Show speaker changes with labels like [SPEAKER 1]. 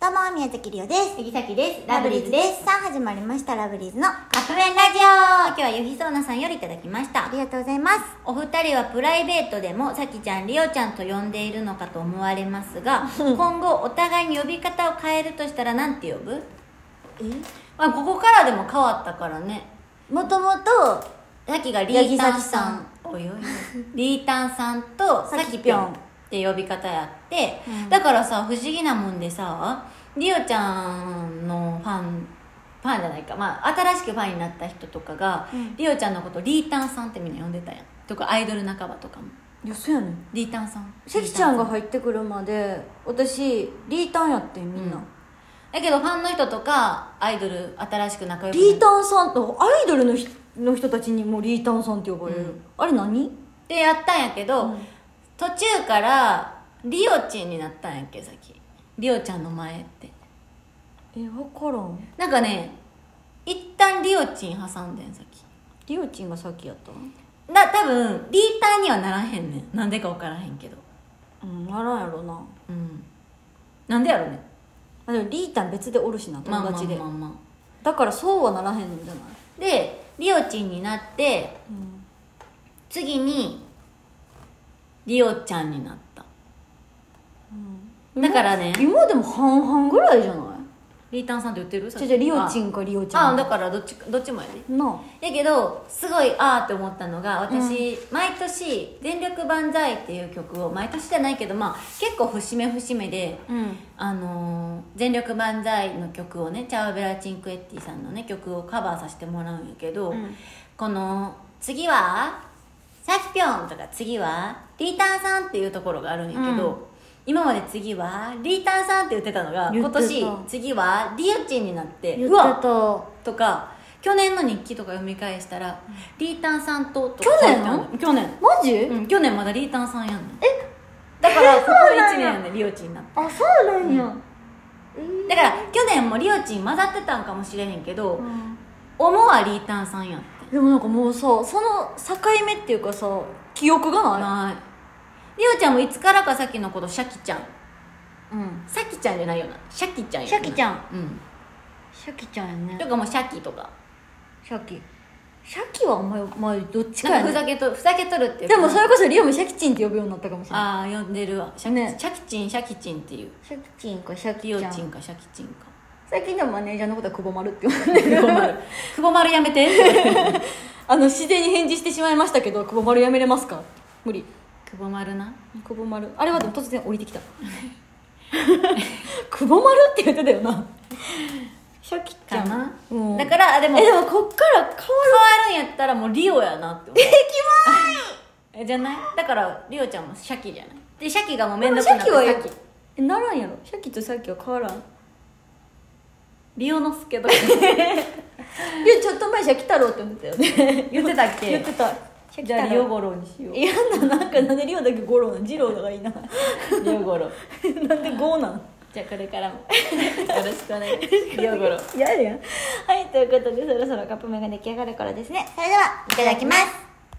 [SPEAKER 1] どうも、宮崎りおです。
[SPEAKER 2] 杉崎です
[SPEAKER 1] ラ
[SPEAKER 2] ラ
[SPEAKER 1] ブ
[SPEAKER 2] ブ
[SPEAKER 1] リ
[SPEAKER 2] リ
[SPEAKER 1] ーズ
[SPEAKER 2] ーズ
[SPEAKER 1] で
[SPEAKER 2] ですす。
[SPEAKER 1] さあ、始まりました、ラブリーズのカップ麺ラジオ。
[SPEAKER 2] 今日はゆひそうなさんよりいただきまし
[SPEAKER 1] あ
[SPEAKER 2] た
[SPEAKER 1] りがとうございます。
[SPEAKER 2] お二人はプライベートでもさきちゃんりおちゃんと呼んでいるのかと思われます が今後お互いに呼び方を変えるとしたらなんて呼ぶあここからでも変わったからね
[SPEAKER 1] もともと、
[SPEAKER 2] さきがリータンさん
[SPEAKER 1] 八
[SPEAKER 2] おいおいおい リータンさんと
[SPEAKER 1] さ
[SPEAKER 2] さ
[SPEAKER 1] き
[SPEAKER 2] き
[SPEAKER 1] ぴ
[SPEAKER 2] ぴ
[SPEAKER 1] ょ
[SPEAKER 2] ょ
[SPEAKER 1] ん
[SPEAKER 2] んって呼び方やって、
[SPEAKER 1] うん
[SPEAKER 2] だからさ不思議なもんでさりおちゃんのファンファンじゃないか、まあ、新しくファンになった人とかが、
[SPEAKER 1] うん
[SPEAKER 2] りおちゃんのことリータンさんってみんな呼んでたやんとかアイドル仲間とかも
[SPEAKER 3] いやそうやねん
[SPEAKER 2] リータンさん
[SPEAKER 3] 関ちゃんが
[SPEAKER 2] リータンさ
[SPEAKER 3] 入ってくるまで私リータンやってんみんな、
[SPEAKER 2] うんだけどファンの人とかアイドル新しく仲良くなっ
[SPEAKER 3] リータンさんとアイドルの人の人たちにもリータンさんって呼ばれる、
[SPEAKER 2] うん
[SPEAKER 3] あれ何
[SPEAKER 2] でやったんやけど、途中からリオちんになったんやっけさっきリオちゃんの前って
[SPEAKER 3] え分からん
[SPEAKER 2] なんかね一旦リオちん挟んでんさっき
[SPEAKER 3] リオちんがさっきやった
[SPEAKER 2] だ多分リーターにはならへんねんなんでか分からへんけど
[SPEAKER 3] うんならんやろな
[SPEAKER 2] うんなんでやろね
[SPEAKER 3] あでもリータン別でおるしな
[SPEAKER 2] 友
[SPEAKER 3] 友
[SPEAKER 2] 達
[SPEAKER 3] 達
[SPEAKER 2] で、
[SPEAKER 3] で、
[SPEAKER 2] まあまあまあま
[SPEAKER 3] だからそうはならへんんじゃない、
[SPEAKER 2] あでリオちんになって次にリオちゃんになっただからね
[SPEAKER 3] 今でも半々ぐらいじゃない
[SPEAKER 2] リータンさんって言ってる
[SPEAKER 3] じゃじゃリオち
[SPEAKER 2] ん
[SPEAKER 3] んかリオちゃ
[SPEAKER 2] あ
[SPEAKER 3] ん
[SPEAKER 2] あだ
[SPEAKER 3] な
[SPEAKER 2] からどっちどっちもやで
[SPEAKER 3] あ
[SPEAKER 2] だけどすごいああって思ったのが私、毎年「全力万歳」っていう曲を毎年じゃないけどまあ結構節目節目で
[SPEAKER 3] うん
[SPEAKER 2] 「あのー全力万歳」の曲をねチャウベラ・チンクエッティさんのね曲をカバーさせてもらうんやけど、
[SPEAKER 3] ん
[SPEAKER 2] この「次はさきぴょん」とか「次はリータンさん」っていうところがあるんやけど、
[SPEAKER 3] うん
[SPEAKER 2] 今まで次はリータンさんって言ってたのが
[SPEAKER 3] 言
[SPEAKER 2] 今
[SPEAKER 3] ってた
[SPEAKER 2] 年次はリオチンになって
[SPEAKER 3] 言
[SPEAKER 2] う
[SPEAKER 3] って
[SPEAKER 2] わ
[SPEAKER 3] た
[SPEAKER 2] とか去年の日記とか読み返したら「リータンさんと」とか
[SPEAKER 3] 去年の
[SPEAKER 2] 書いてあるの去年
[SPEAKER 3] マジ、
[SPEAKER 2] うん去年まだリータンさんやんねんえ だからここ1年やねんリオチンになって
[SPEAKER 3] あそうなんや、
[SPEAKER 2] だから去年もリオチン混ざってたんかもしれへんけど、
[SPEAKER 3] うん
[SPEAKER 2] 思はリータンさんやって
[SPEAKER 3] でもなんかもうさその境目っていうかさ記憶がない
[SPEAKER 2] ないリオちゃんもいつからかさっきのことシャキちゃん
[SPEAKER 3] うん
[SPEAKER 2] さきちゃんじゃないよなシャキちゃんや
[SPEAKER 3] シャキち
[SPEAKER 2] ゃ
[SPEAKER 3] ゃん
[SPEAKER 2] んうん
[SPEAKER 3] シャキちゃんやね
[SPEAKER 2] とかもうシャキとか
[SPEAKER 3] シャキシャキはお前、まあ、どっちか
[SPEAKER 2] なん
[SPEAKER 3] や
[SPEAKER 2] かふ
[SPEAKER 3] ね
[SPEAKER 2] ざけとふざけとるっていう
[SPEAKER 3] でもそ
[SPEAKER 2] れ
[SPEAKER 3] れこそリオもシャキチンって呼ぶようになったかもしれない
[SPEAKER 2] ああ呼んでるわシャキ,、
[SPEAKER 3] ね
[SPEAKER 2] シャキチンシャキチンっていう
[SPEAKER 3] シャキチンかシャキ
[SPEAKER 2] リオ
[SPEAKER 3] ちゃ
[SPEAKER 2] チン
[SPEAKER 3] ん
[SPEAKER 2] かシャキチンか
[SPEAKER 3] 最近でもマネージャーのことは久保丸って呼んで
[SPEAKER 2] 久保丸 久保丸やめて
[SPEAKER 3] あの自然に返事してしまいましたけど久保丸やめれますか無理
[SPEAKER 2] 久保丸な
[SPEAKER 3] 久保丸あれはでも突然降りてきた 久保丸って言ってたよなシャキちゃ
[SPEAKER 2] か
[SPEAKER 3] ん
[SPEAKER 2] な、
[SPEAKER 3] うん
[SPEAKER 2] だからあでも
[SPEAKER 3] え
[SPEAKER 2] 変
[SPEAKER 3] で
[SPEAKER 2] わ
[SPEAKER 3] もこっから変わ
[SPEAKER 2] るんやったらもうリオやなって思う えじゃないだからリオちゃんもシャキじゃないでシャキがもう面
[SPEAKER 3] でも
[SPEAKER 2] 倒く
[SPEAKER 3] シ
[SPEAKER 2] な
[SPEAKER 3] ャ
[SPEAKER 2] って
[SPEAKER 3] キは
[SPEAKER 2] シャキ
[SPEAKER 3] えならんやろシャキとさっきは変わらんい
[SPEAKER 2] リオのす けとか
[SPEAKER 3] やちょっと前シャキ太郎って呼んでたよね
[SPEAKER 2] 言ってたっ
[SPEAKER 3] 言ってた
[SPEAKER 2] シャキ太郎
[SPEAKER 3] じゃあリオ五郎にしよう
[SPEAKER 2] い
[SPEAKER 3] いやななんかなんでリオだけ五郎なん二郎だからいいな
[SPEAKER 2] リオゴロ
[SPEAKER 3] なんで五なん
[SPEAKER 2] じゃあこれからも よろしくお願いしますリオゴロ
[SPEAKER 3] やるやん
[SPEAKER 1] はい、ということで、そろそろカップ麺が出来上がる頃ですね。それでは、いただきます。